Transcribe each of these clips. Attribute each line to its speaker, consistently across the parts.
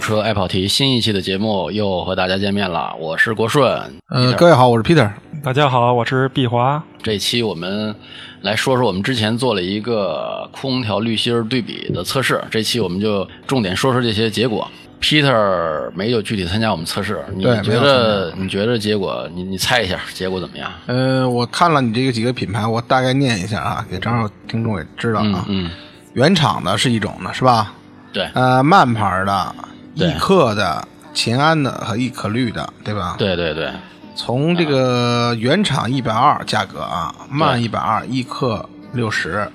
Speaker 1: 车爱跑题新一期的节目又和大家见面了，我是国顺。
Speaker 2: 呃，各位好，我是 Peter。
Speaker 3: 大家好，我是毕 华。
Speaker 1: 这期我们来说说我们之前做了一个空调滤芯儿对比的测试，这期我们就重点说说这些结果。Peter 没有具体参加我们测试，你
Speaker 2: 对没
Speaker 1: 觉
Speaker 2: 有
Speaker 1: 得你觉得结果，你你猜一下结果怎么样？
Speaker 2: 呃，我看了你这个几个品牌，我大概念一下啊，给正好听众也知道
Speaker 1: 嗯
Speaker 2: 啊。
Speaker 1: 嗯，
Speaker 2: 原厂的是一种的，是吧？
Speaker 1: 对
Speaker 2: 呃，慢牌的、
Speaker 1: 对
Speaker 2: 逸客的、秦安的和逸可绿的，对吧？。
Speaker 1: 对对对
Speaker 2: 从这个原厂一百二价格啊，慢一百二，逸客六十，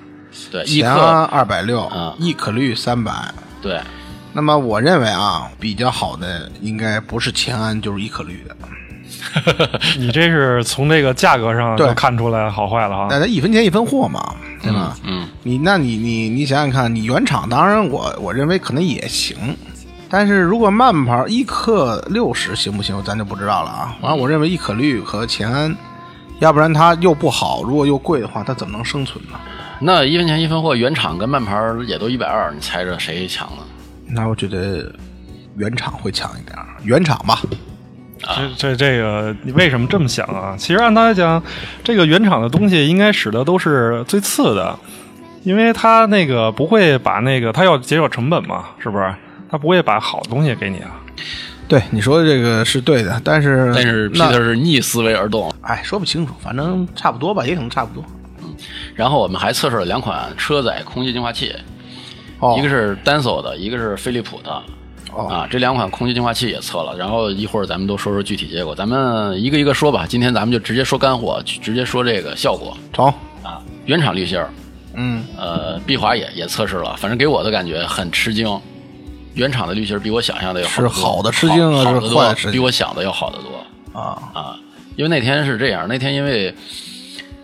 Speaker 1: 对，一
Speaker 2: 秦安
Speaker 1: 克
Speaker 2: 二百六
Speaker 1: 啊，
Speaker 2: 逸可绿三百。
Speaker 1: 对
Speaker 2: 那么我认为啊，比较好的应该不是秦安就是逸可绿的，
Speaker 1: 啊
Speaker 3: 你这是从这个价格上
Speaker 2: 对
Speaker 3: 就看出来好坏了哈。
Speaker 2: 那它一分钱一分货嘛，对吧？
Speaker 1: 嗯，
Speaker 2: 你那你你你想想看，你原厂当然我我认为可能也行，但是如果慢牌一克六十行不行，咱就不知道了啊。反正我认为一可绿和前安，要不然它又不好，如果又贵的话，它怎么能生存呢？
Speaker 1: 那一分钱一分货，原厂跟慢牌儿也都一百二，你猜着谁强了？
Speaker 2: 那我觉得原厂会强一点儿，原厂吧。
Speaker 3: 这这这个，你为什么这么想啊？其实按他来讲，这个原厂的东西应该使的都是最次的，因为他那个不会把那个他要节省成本嘛，是不是？他不会把好东西给你啊。
Speaker 2: 对你说的这个是对的，但是
Speaker 1: 但是
Speaker 2: 嗯那
Speaker 1: Peter 是逆思维而动，
Speaker 2: 哎说不清楚，反正差不多吧，也可能差不多。
Speaker 1: 然后我们还测试了两款车载空气净化器，
Speaker 2: 哦，
Speaker 1: 一个是单手的，一个是飞利浦的。
Speaker 2: 哦
Speaker 1: 啊，这两款空气净化器也测了，然后一会儿咱们都说说具体结果，咱们一个一个说吧。今天咱们就直接说干货，直接说这个效果
Speaker 2: 成，
Speaker 1: 啊。原厂滤芯儿，
Speaker 2: 嗯，
Speaker 1: 呃，碧华也也测试了，反正给我的感觉很吃惊。原厂的滤芯儿比我想象的要
Speaker 2: 是好的吃惊
Speaker 1: 啊，
Speaker 2: 啊是
Speaker 1: 好
Speaker 2: 坏
Speaker 1: 得
Speaker 2: 的吃
Speaker 1: 多，
Speaker 2: 惊
Speaker 1: 比我想的要好得多。
Speaker 2: 啊，
Speaker 1: 啊，因为那天是这样，那天因为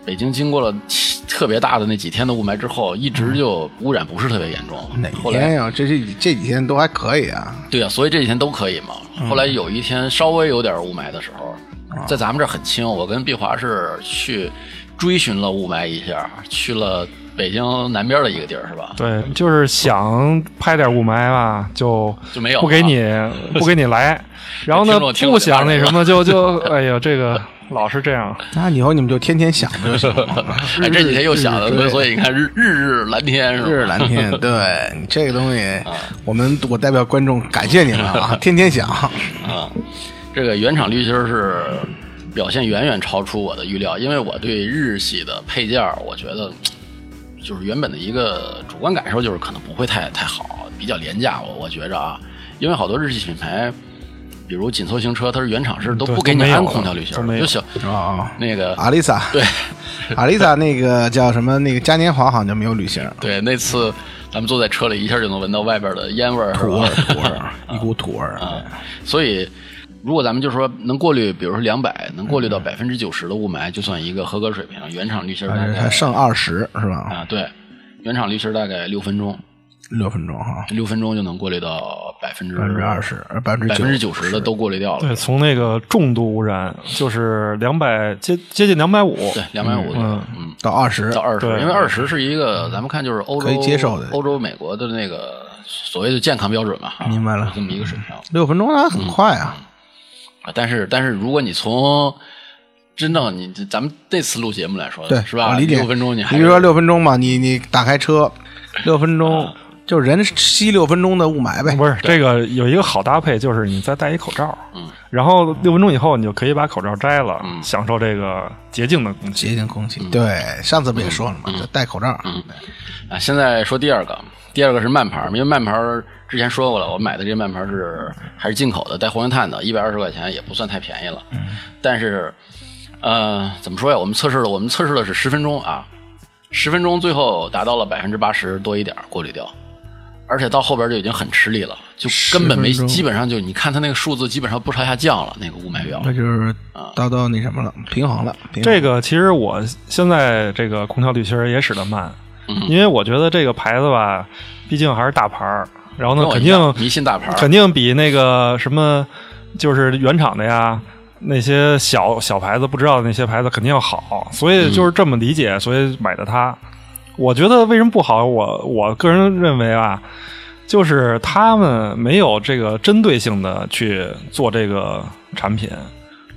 Speaker 1: 北京经过了七特别大的那几天的雾霾之后，一直就污染不是特别严重。
Speaker 2: 嗯哪
Speaker 1: 后
Speaker 2: 天
Speaker 1: 来
Speaker 2: 呀、这这这几天都还可以啊。
Speaker 1: 对啊，所以这几天都可以嘛。
Speaker 2: 嗯
Speaker 1: 后来有一天稍微有点雾霾的时候，
Speaker 2: 啊
Speaker 1: 在咱们这儿很轻，我跟毕华是去追寻了雾霾一下，去了北京南边的一个地儿，是吧？
Speaker 3: 对，就是想拍点雾霾吧，就
Speaker 1: 就没有
Speaker 3: 不给你 不给你来，然后呢
Speaker 1: 听着我听着
Speaker 3: 不想那
Speaker 1: 就
Speaker 3: 什么就就哎呀，这个老是这样。
Speaker 2: 那以后你们就天天想着就行了。
Speaker 1: 哎，这几天又想了，
Speaker 2: 日日
Speaker 1: 所以你看日日日蓝天是吧？
Speaker 2: 日日蓝 天，对你这个东西，
Speaker 1: 啊
Speaker 2: 我们我代表观众感谢你们 啊！天天想，
Speaker 1: 啊，这个原厂滤芯儿是表现远远超出我的预料，因为我对日系的配件儿，我觉得嘖就是原本的一个主观感受就是可能不会太太好，比较廉价。我我觉着啊，因为好多日系品牌，比如紧凑型车，它是原厂是都
Speaker 3: 嗯对
Speaker 1: 不给你
Speaker 3: 都没有
Speaker 1: 安
Speaker 3: 了
Speaker 1: 空调滤芯
Speaker 3: 都
Speaker 1: 儿
Speaker 3: 没
Speaker 1: 的，
Speaker 3: 有
Speaker 1: 就小
Speaker 2: 啊，
Speaker 1: 那个
Speaker 2: 阿丽萨，
Speaker 1: 对
Speaker 2: 阿丽萨那个叫什么？那个嘉年华好像就没有旅行，
Speaker 1: 对，那次咱们坐在车里，一下就能闻到外边的烟味儿，啊
Speaker 2: 土
Speaker 1: 是吧
Speaker 2: 味儿土味儿，一股土味儿。
Speaker 1: 所以，如果咱们就说能过滤，比如说两百，能过滤到百分之九十的雾霾，就算一个合格水平。原厂滤芯儿大
Speaker 2: 还
Speaker 1: 概
Speaker 2: 还剩二十是吧？
Speaker 1: 啊，对，原厂滤芯儿大概六分钟，
Speaker 2: 六分钟哈，
Speaker 1: 六分钟就能过滤到百分之
Speaker 2: 百分之二十，百分
Speaker 1: 百分
Speaker 2: 之
Speaker 1: 之九十的都过滤掉了。
Speaker 3: 对，从那个重度污染就是两百接接近两百五，
Speaker 1: 对，两百五，
Speaker 3: 嗯
Speaker 1: 嗯，
Speaker 2: 到二十
Speaker 1: 到，二十，
Speaker 3: 对
Speaker 1: 因为二十是一个咱们看就是欧洲
Speaker 2: 可以接受的
Speaker 1: 欧洲、美国的那个所谓的健康标准嘛，啊
Speaker 2: 明白了
Speaker 1: 这么一个水平。
Speaker 2: 六分钟那很快啊。
Speaker 1: 啊，但是但是如果你从真正你咱们这次录节目来说，
Speaker 2: 对，
Speaker 1: 是吧？
Speaker 2: 我理解。
Speaker 1: 六分钟你还
Speaker 2: 比如说六分钟嘛，你你打开车，六分钟、
Speaker 1: 啊
Speaker 2: 就人吸六分钟的雾霾呗。
Speaker 3: 不是这个有一个好搭配，就是你再戴一口罩，
Speaker 1: 嗯，
Speaker 3: 然后六分钟以后你就可以把口罩摘了，享受这个洁净的空气。
Speaker 2: 洁净空
Speaker 1: 嗯
Speaker 2: 气，对，上次不也说了嘛，就戴口罩。
Speaker 1: 啊，现在说第二个，第二个是慢牌儿，因为慢牌儿之前说过了，我买的这慢牌儿是还是进口的，带活性炭的，一百二十块钱也不算太便宜了。但是，呃，怎么说呀？我们测试了，我们测试的是十分钟啊，十分钟最后达到了百分之八十多一点儿过滤掉，而且到后边就已经很吃力了，就根本没，
Speaker 2: 10分钟
Speaker 1: 基本上就你看它那个数字基本上不朝下降了，那个雾霾表。
Speaker 2: 那就是到到那什么了，平衡
Speaker 1: 嗯
Speaker 2: 了。平衡
Speaker 3: 这个其实我现在这个空调滤芯儿也使得慢，
Speaker 1: 嗯
Speaker 3: 因为我觉得这个牌子吧，毕竟还是大牌儿，然后呢
Speaker 1: 跟我
Speaker 3: 肯
Speaker 1: 一样
Speaker 3: 定
Speaker 1: 迷信大牌儿，
Speaker 3: 肯定比那个什么就是原厂的呀，那些小小牌子不知道的那些牌子肯定要好，所以就是这么理解，所以买的它。我觉得为什么不好？我我个人认为啊，就是他们没有这个针对性的去做这个产品，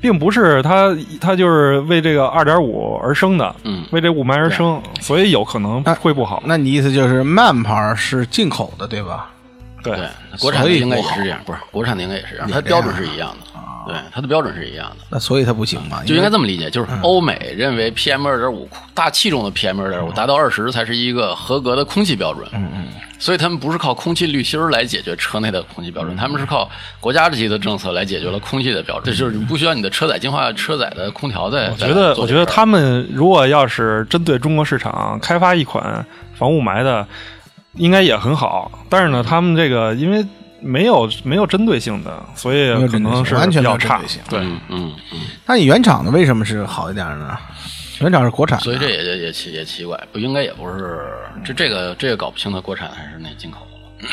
Speaker 3: 并不是它它就是为这个二点五而生的，
Speaker 1: 嗯
Speaker 3: 为这雾霾而生，所以有可能会不好。
Speaker 2: 那你意思就是慢牌是进口的，对吧？
Speaker 3: 对
Speaker 1: 对，国产
Speaker 2: 所
Speaker 1: 的
Speaker 2: 以
Speaker 1: 应该
Speaker 2: 不
Speaker 1: 也
Speaker 2: 好
Speaker 1: 是这样，不是国产的应该也是这样，它的标准是一样的，对，它的标准是一样的。
Speaker 2: 那所以它不行嘛？
Speaker 1: 啊就应
Speaker 2: 因
Speaker 1: 该
Speaker 2: 为
Speaker 1: 这么理解，
Speaker 3: 嗯
Speaker 1: 就是欧美认为 PM 二点五大气中的 PM 二点
Speaker 3: 嗯
Speaker 1: 五达到二十才是一个合格的空气标准。嗯嗯。所以他们不是靠空气滤芯儿来解决车内的空气标
Speaker 3: 嗯
Speaker 1: 准，他们是靠国家级的政策来解决了空气的标准。这就是你不需要你的车载净化、车载的空调在。
Speaker 3: 我觉得，我觉得
Speaker 1: 他
Speaker 3: 他们如果要是针对中国市场开发一款防雾霾的，应该也很好。
Speaker 1: 嗯
Speaker 3: 但是呢，他们这个因为没有没有针对性的，所以
Speaker 2: 没有
Speaker 3: 可
Speaker 2: 针对性
Speaker 3: 能是
Speaker 2: 完全
Speaker 3: 比
Speaker 2: 没有
Speaker 3: 较差
Speaker 2: 针对性。
Speaker 3: 对，
Speaker 1: 嗯嗯嗯，
Speaker 2: 那你原厂的为什么是好一点呢？原厂是国产的，
Speaker 1: 所以这也也也奇也奇怪，不应该也不是这这个这个搞不清它国产还是那进口。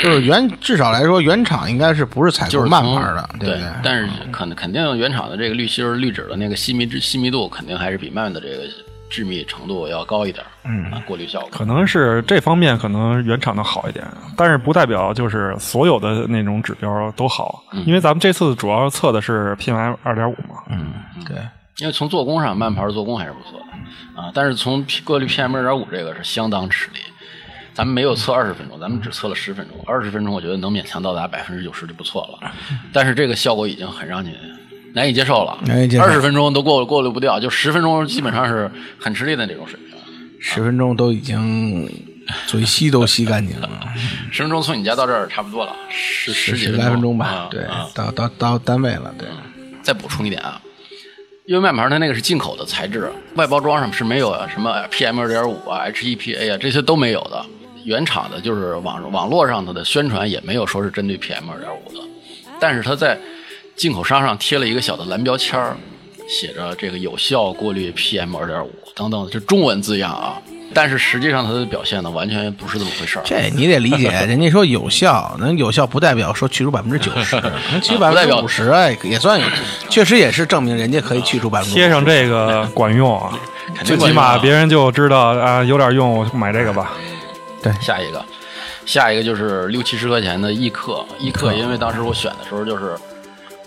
Speaker 2: 就是原至少来说，原厂应该是不是采
Speaker 1: 就
Speaker 2: 购
Speaker 1: 是
Speaker 2: 慢
Speaker 1: 从
Speaker 2: 牌的，
Speaker 1: 对
Speaker 2: 不对？嗯
Speaker 1: 但是肯肯定原厂的这个滤芯儿滤纸的那个细密细密度，肯定还是比慢的这个致密程度要高一点儿，嗯，过滤效果。
Speaker 3: 可能是这方面可能原厂的好一点，但是不代表就是所有的那种指标都好，
Speaker 1: 嗯
Speaker 3: 因为咱们这次主要测的是 PM 二点五嘛，
Speaker 2: 对，
Speaker 1: 因为从做工上，慢牌儿做工还是不错的啊，但是从 P- 过滤 PM 二点五这个是相当吃力。咱们没有测二十分钟，咱们只测了十分钟。二十分钟，我觉得能勉强到达百分之九十就不错 了。但是这个效果已经很让你难以接受了，
Speaker 2: 难以接受
Speaker 1: 二十分钟都过过滤不掉，就十分钟基本上是很吃力的那种水平。
Speaker 2: 十分钟都已经嘴吸都吸干净了，
Speaker 1: 十分钟从你家到这儿差不多了，十啊十几
Speaker 2: 十来分钟
Speaker 1: 啊
Speaker 2: 吧，对
Speaker 1: 啊，
Speaker 2: 到到到单位了，对，
Speaker 1: 再补充一点啊，因为麦牌它那个是进口的材质，外包装上是没有啊什么 PM 二点五啊、HEPA 啊这些都没有的。原厂的就是网网络上头的宣传也没有说是针对 PM 二点五的，但是它在进口商上贴了一个小的蓝标签儿，写着这个有效过滤 PM 二点五等等，这中文字样啊。但是实际上它的表现呢，完全不是这么回事儿。
Speaker 2: 这你得理 解，人家说有效，能有效不代表说去除百分之九 十，能去除百
Speaker 1: 啊不代
Speaker 2: 分之
Speaker 1: 表
Speaker 2: 五十，哎，也算，确实也是证明人家可以去除百分之
Speaker 3: 贴上这个管用 啊，最
Speaker 1: 定
Speaker 3: 起
Speaker 1: 管用
Speaker 3: 码
Speaker 1: 啊
Speaker 3: 别人就知道啊有点用，我买这个吧。
Speaker 1: 下一个，下一个就是六七十块钱的易客，易客，因为当时我选的时候就是，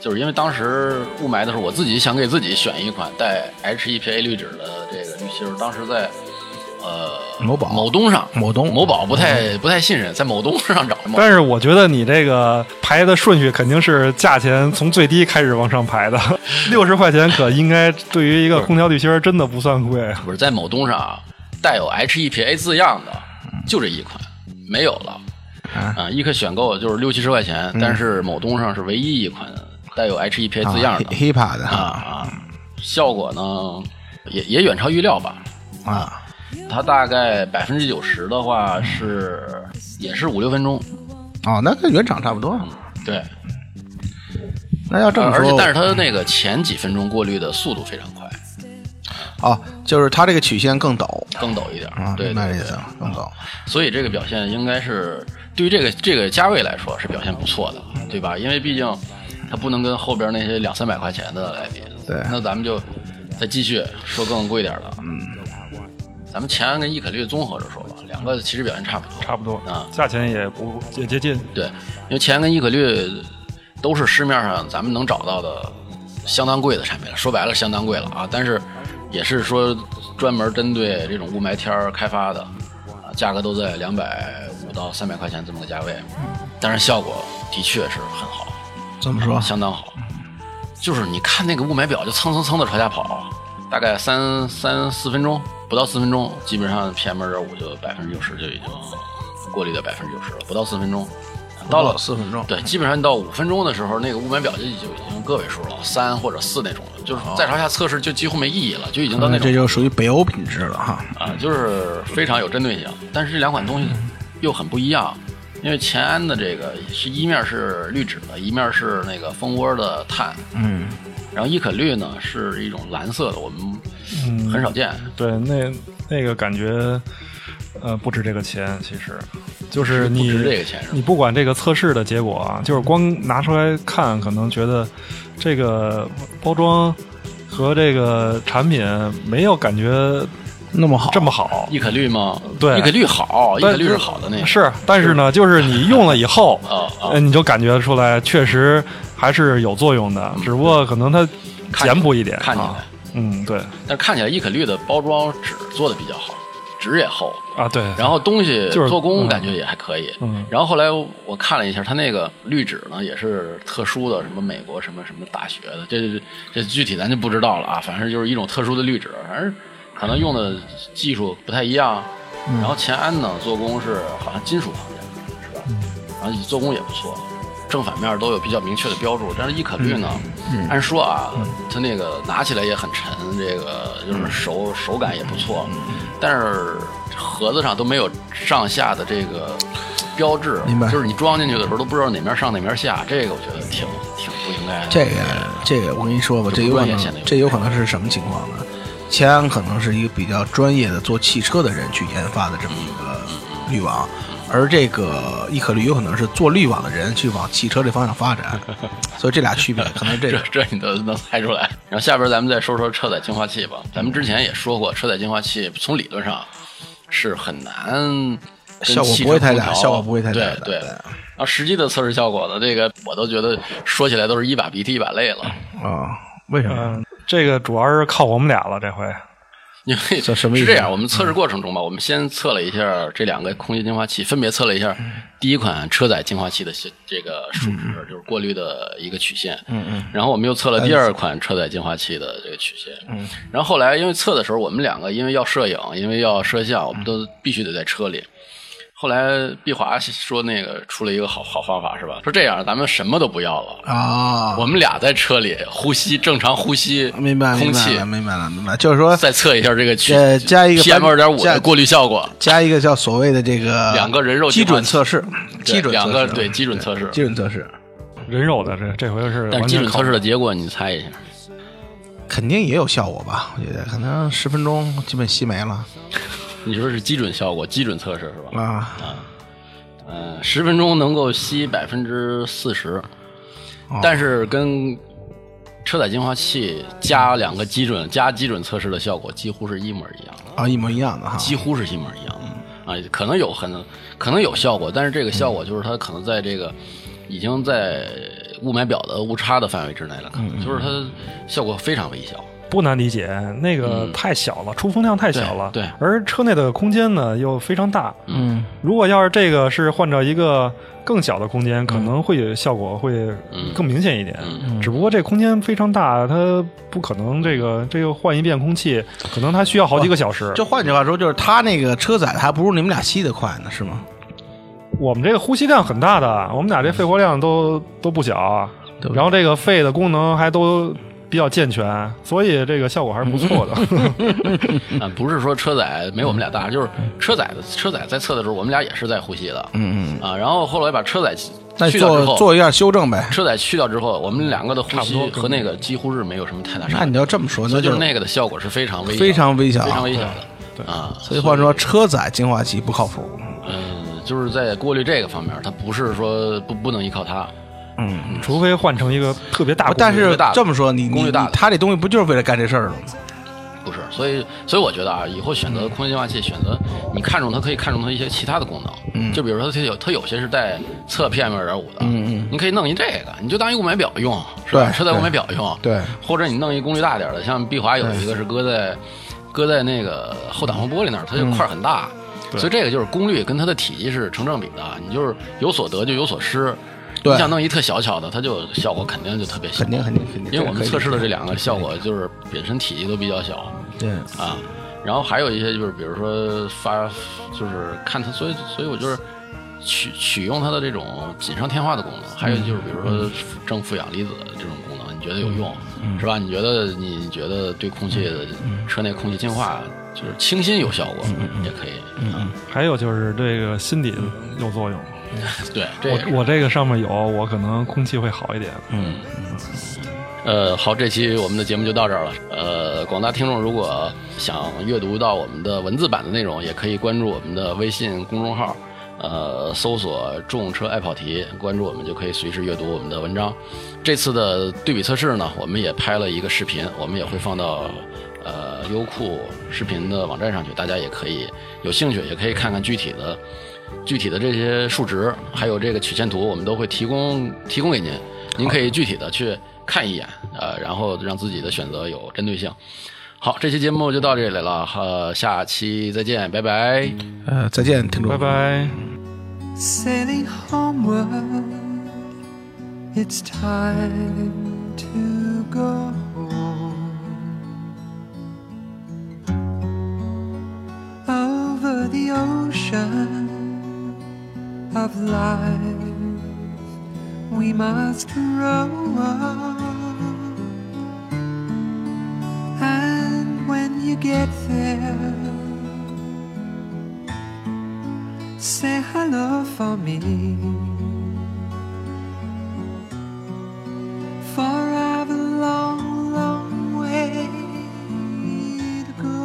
Speaker 1: 就是因为当时雾霾的时候，我自己想给自己选一款带 E HEPA 滤纸的这个滤芯儿，当时在呃
Speaker 2: 某宝
Speaker 1: 某东上
Speaker 2: 某东
Speaker 1: 某宝不太不太信任，在某东上找的某。
Speaker 3: 但是我觉得你这个排的顺序肯定是价钱从最低开始往上排 的，六十块钱可应该对于一个空调滤芯儿真的不算贵。
Speaker 1: 不是在某东上啊，带有 HEPA 字样的就这一款，没有了。嗯啊，嗯易客选购就是六七十块钱，但是某东上是唯一一款带有 HEPA 字样的。
Speaker 2: hipa 啊的
Speaker 1: 啊啊，效果呢也也远超预料吧。
Speaker 2: 啊，
Speaker 1: 它大概百分之九十的话是也是五六分钟，
Speaker 2: 哦，那跟原厂差不多，
Speaker 1: 对。
Speaker 2: 那要这么
Speaker 1: 嗯而且
Speaker 2: 说，
Speaker 1: 但是它那个前几分钟过滤的速度非常快，
Speaker 2: 哦，就是它这个曲线更陡
Speaker 1: 更陡一点
Speaker 2: 啊，，
Speaker 1: 对
Speaker 2: 明白
Speaker 1: 对
Speaker 2: 这意
Speaker 1: 对。
Speaker 2: 思了，更陡。
Speaker 1: 所以这个表现应该是对于这个这个价位来说是表现不错的，对吧？因为毕竟它不能跟后边那些两三百块钱的来比。
Speaker 2: 对
Speaker 1: 那咱们就再继续说更贵点的。嗯，咱们前安跟易可绿综合着说吧，两个其实表现差不多。
Speaker 3: 差不多
Speaker 1: 啊，
Speaker 3: 嗯价钱也不也接近。
Speaker 1: 对，因为钱跟伊可绿都是市面上咱们能找到的相当贵的产品了，说白了相当贵了啊，但是也是说专门针对这种雾霾天儿开发的啊，价格都在两百五到三百块钱这么个价位，但是效果的确是很好，
Speaker 2: 这么说，
Speaker 1: 相当好，就是你看那个雾霾表就蹭蹭蹭的朝下跑，大概三三四分钟不到四分钟，基本上 PM 二点五就百分之九十就已经过滤到百分之九十了，不到四分钟，到了
Speaker 2: 四分钟，
Speaker 1: 对，基本上到五分钟的时候，那个雾霾表就已经已经个位数了，三或者四那种了，就是再朝下测试就几乎没意义了，就已经到那
Speaker 2: 嗯这
Speaker 1: 种
Speaker 3: 嗯
Speaker 2: 就属于北欧品质了哈。
Speaker 1: 啊，就是非常有针对性。但是这两款东西
Speaker 3: 嗯
Speaker 1: 又很不一样，因为前安的这个是一面是滤纸的，一面是那个蜂窝的碳，
Speaker 2: 嗯，
Speaker 1: 然后伊可绿呢是一种蓝色的，我们
Speaker 3: 嗯
Speaker 1: 很少见。
Speaker 3: 对，那那个感觉，呃，不值这个钱。其实，就是
Speaker 1: 不
Speaker 3: 你
Speaker 1: 值这个钱是吧
Speaker 3: 你不管这个测试的结果啊，就是光拿出来看，可能觉得这个包装和这个产品没有感觉
Speaker 2: 那么好，
Speaker 3: 这么好。
Speaker 1: 一可绿吗？
Speaker 3: 对
Speaker 1: 一可绿好，一
Speaker 3: 但
Speaker 1: 可绿是好的那个。，
Speaker 3: 是，但是呢，就是你用了以后
Speaker 1: 哦哦
Speaker 3: 呃你就感觉出来，确实还是有作用的，只不过可能它
Speaker 1: 看起来
Speaker 3: 简朴一点，
Speaker 1: 看起
Speaker 3: 啊
Speaker 1: 来，
Speaker 3: 嗯，对，
Speaker 1: 但是看起来一可绿的包装纸做的比较好，纸也厚，
Speaker 3: 啊，对，
Speaker 1: 然后东西
Speaker 3: 就是
Speaker 1: 做工
Speaker 3: 嗯
Speaker 1: 感觉也还可以。
Speaker 3: 嗯
Speaker 1: 然后后来我看了一下，它那个绿纸呢也是特殊的，什么美国什么什么大学的，这这具体咱就不知道了啊。反正就是一种特殊的绿纸，反正可能用的技术不太一样。
Speaker 3: 嗯
Speaker 1: 然后前安呢做工是好像金属行业是吧？然后做工也不错。正反面都有比较明确的标注，但是伊可绿呢，
Speaker 2: 嗯
Speaker 1: 按说啊，它那个拿起来也很沉，这个
Speaker 2: 嗯
Speaker 1: 就是手手感也不错，但是盒子上都没有上下的这个标志
Speaker 2: 明白，
Speaker 1: 就是你装进去的时候都不知道哪面上哪面下，这个我觉得挺挺不应该的。
Speaker 2: 这个这个，我跟你说吧，
Speaker 1: 就不
Speaker 2: 这有可
Speaker 1: 专业显
Speaker 2: 能
Speaker 1: 得有
Speaker 2: 这有可能是什么情况呢？前安可能是一个比较专业的做汽车的人去研发的这么一个滤网，而这个易可滤有可能是做滤网的人去往汽车这方向发展，所以这俩区别可能是 这
Speaker 1: 这
Speaker 2: 个。
Speaker 1: 这你都能猜出来。然后下边咱们再说说车载净化器吧。咱们之前也说过，车载净化器从理论上是很难跟
Speaker 2: 效果
Speaker 1: 汽
Speaker 2: 不会
Speaker 1: 车
Speaker 2: 太
Speaker 1: 空
Speaker 2: 大
Speaker 1: 调
Speaker 2: 效果不会太大
Speaker 1: 对
Speaker 2: 的
Speaker 1: 对。
Speaker 2: 对
Speaker 1: 然后实际的测试效果呢，这个我都觉得说起来都是一把鼻涕一把泪了，
Speaker 2: 啊，为什么？
Speaker 3: 嗯，这个主要是靠我们俩了，这回，
Speaker 1: 因为
Speaker 2: 这什么意
Speaker 1: 是
Speaker 2: 思嗯
Speaker 1: 这样，我们测试过程中吧，我们先测了一下这两个空气净化器，分别测了一下
Speaker 2: 嗯
Speaker 1: 第一款车载净化器的这这个数值，就是过滤的一个曲线。嗯嗯。然后我们又测了第
Speaker 2: 嗯
Speaker 1: 二款车载净化器的这个曲线。嗯。然后后来因为测的时候，我们两个因为要摄影，因为要摄像，我们都必须得在车里。后来毕华说那个出了一个好好方法是吧？说这样咱们什么都不要了，嗯
Speaker 2: 啊，
Speaker 1: 我们俩在车里呼吸正常呼吸
Speaker 2: 明白明
Speaker 1: 空
Speaker 2: 白
Speaker 1: 气
Speaker 2: 了，，明白了，明白了。就是说，
Speaker 1: 再测一下这个区
Speaker 2: 呃加一个
Speaker 1: PM 二点五
Speaker 2: 加
Speaker 1: 的过滤效果，
Speaker 2: 加一个叫所谓的这个
Speaker 1: 两个人肉
Speaker 2: 基
Speaker 1: 计划
Speaker 2: 准
Speaker 1: 器
Speaker 2: 测试，
Speaker 1: 对
Speaker 2: 基准
Speaker 1: 两个
Speaker 2: 测试
Speaker 1: 对基准测试。
Speaker 2: 基准测试，
Speaker 3: 人肉的这这回是
Speaker 1: 但
Speaker 3: 完
Speaker 1: 基
Speaker 3: 全
Speaker 1: 准
Speaker 3: 靠
Speaker 1: 测试的结果你猜一下，
Speaker 2: 肯定也有效果吧？我觉得可能十分钟基本吸没了
Speaker 1: 你说是基准效果，基准测试是吧？
Speaker 2: 啊。
Speaker 1: 嗯，十分钟能够吸百分之四十，
Speaker 2: 哦
Speaker 1: 但是跟车载净化器加两个基准加基准测试的效果几乎是一模一样的，
Speaker 2: 啊，一模一样的哈。
Speaker 1: 几乎是一模一样的。啊，可能有很可能有效果，但是这个效果就是它可能在这个已经在雾霾表的误差的范围之内了，可能就是它效果非常微小。
Speaker 3: 不难理解，那个太小了，出风量太小了，
Speaker 1: 嗯对对
Speaker 3: 而车内的空间呢又非常大，
Speaker 2: 嗯，
Speaker 3: 如果要是这个是换着一个更小的空间，可能会效果会更明显一点。只不过这空间非常大，它不可能这个这个换一遍空气，可能它需要好几个小时。
Speaker 2: 就换句话说，就是他那个车载还不如你们俩吸的快呢，是吗？
Speaker 3: 我们这个呼吸量很大的，我们俩这肺活量都都不小啊，
Speaker 2: 对
Speaker 3: 然后这个肺的功能还都比较健全，所以这个效果还是不错的。
Speaker 1: 啊，不是说车载没我们俩大，就是车载的车载在测的时候，我们俩也是在呼吸的。
Speaker 2: 嗯嗯。
Speaker 1: 啊，然后后来把车载
Speaker 2: 那
Speaker 1: 去掉之
Speaker 2: 做
Speaker 1: 后，
Speaker 2: 做一下修正呗。
Speaker 1: 车载去掉之后，我们两个的呼
Speaker 3: 差不多
Speaker 1: 吸和那个几乎是没有什么太大
Speaker 2: 那
Speaker 1: 差
Speaker 2: 你
Speaker 1: 别，
Speaker 2: 要这么说，
Speaker 1: 所
Speaker 2: 那
Speaker 1: 以就是那个的效果是非常微小的
Speaker 2: 非常微小
Speaker 1: 非常微小的啊。
Speaker 2: 所以换说，车载净化器不靠谱。
Speaker 1: 嗯，就是在过滤这个方面，它不是说不不能依靠它。
Speaker 2: 嗯，
Speaker 3: 除非换成一个特别大，
Speaker 2: 但是
Speaker 1: 大的
Speaker 2: 这么说，你
Speaker 1: 功
Speaker 2: 你
Speaker 1: 率
Speaker 2: 你
Speaker 1: 大的
Speaker 2: 他这东西不就是为了干这事儿的吗？
Speaker 1: 不是，所以所以我觉得啊，以后选
Speaker 2: 嗯
Speaker 1: 择空气净化器，选择你看中它，可以看中它一些其他的功能，嗯，就比如说它有它有些是带测 PM 二点五的，嗯嗯，你可以弄一这个，你就当一雾霾表用，是吧？
Speaker 2: 对
Speaker 1: 车载雾霾表用，
Speaker 2: 对对
Speaker 1: 或者你弄一功率大点的，像碧华有一个是搁在搁在那个后挡风玻璃那儿，它就
Speaker 2: 嗯
Speaker 1: 块儿很大。所以这个就是功率跟它的体积是成正比的，你就是有所得就有所失。
Speaker 2: 对
Speaker 1: 你想弄一特小巧的，它就效果肯定就特别小。
Speaker 2: 肯定肯定肯定
Speaker 1: 因为我们
Speaker 2: 这个可
Speaker 1: 测
Speaker 2: 以
Speaker 1: 试的这两个效果就是本身体积都比较小，
Speaker 2: 对，
Speaker 1: 啊，然后还有一些就是比如说发，就是看它，所以所以我就是取取用它的这种锦上添花的功能，还有
Speaker 2: 嗯
Speaker 1: 就是比如说正负氧离子这种功能，你觉得有用、
Speaker 2: 嗯
Speaker 1: 是吧？你觉得你觉得对空气的、车内空气净化就是清新有效果，
Speaker 2: 嗯
Speaker 1: 也可以。嗯，
Speaker 3: 还有就是这个心理有作用。
Speaker 1: 对，这也是
Speaker 3: 我我这个上面有，我可能空气会好一点。
Speaker 1: 呃，好，这期我们的节目就到这儿了。呃，广大听众如果想阅读到我们的文字版的内容，也可以关注我们的微信公众号，呃，搜索“众车爱跑题”，关注我们就可以随时阅读我们的文章。这次的对比测试呢，我们也拍了一个视频，我们也会放到呃优酷视频的网站上去，大家也可以有兴趣也可以看看具体的具体的这些数值，还有这个曲线图，我们都会提供提供给您，您可以具体的去看一眼，呃，然后让自己的选择有针对性。好，这期节目就到这里了，呃，下期再见，拜拜。
Speaker 2: 呃，再见，听众。
Speaker 3: 拜拜。
Speaker 4: sailing homeward. It's time to go home. Over the ocean of life, we must roam. And when you get there, say hello for me. For I've a long, long way to go.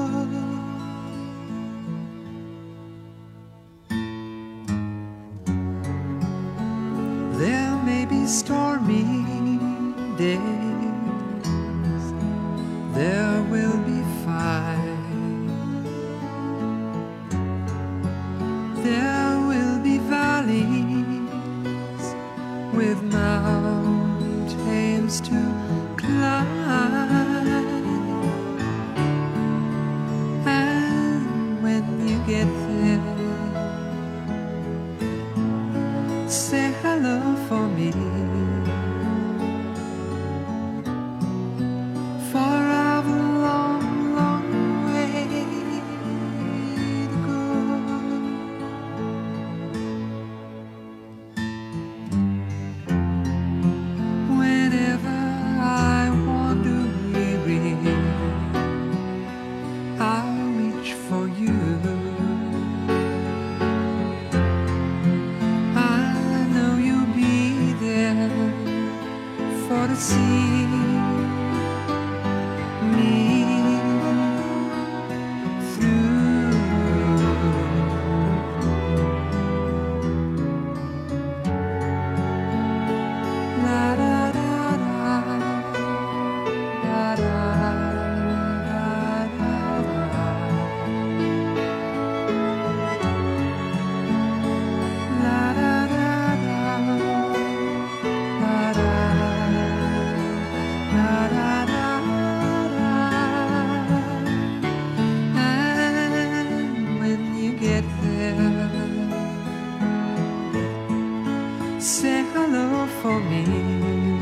Speaker 4: There may be stormy days, there will be fire. There will be valleys with mountains to climb. And when you get there, say hello for me. For I've a long, long way to go. Whenever I wander weary, I reach for you. I know you'll be there for to see me through. La da da da, da da da La da da da, da da da da da. And when you get there say hello for me.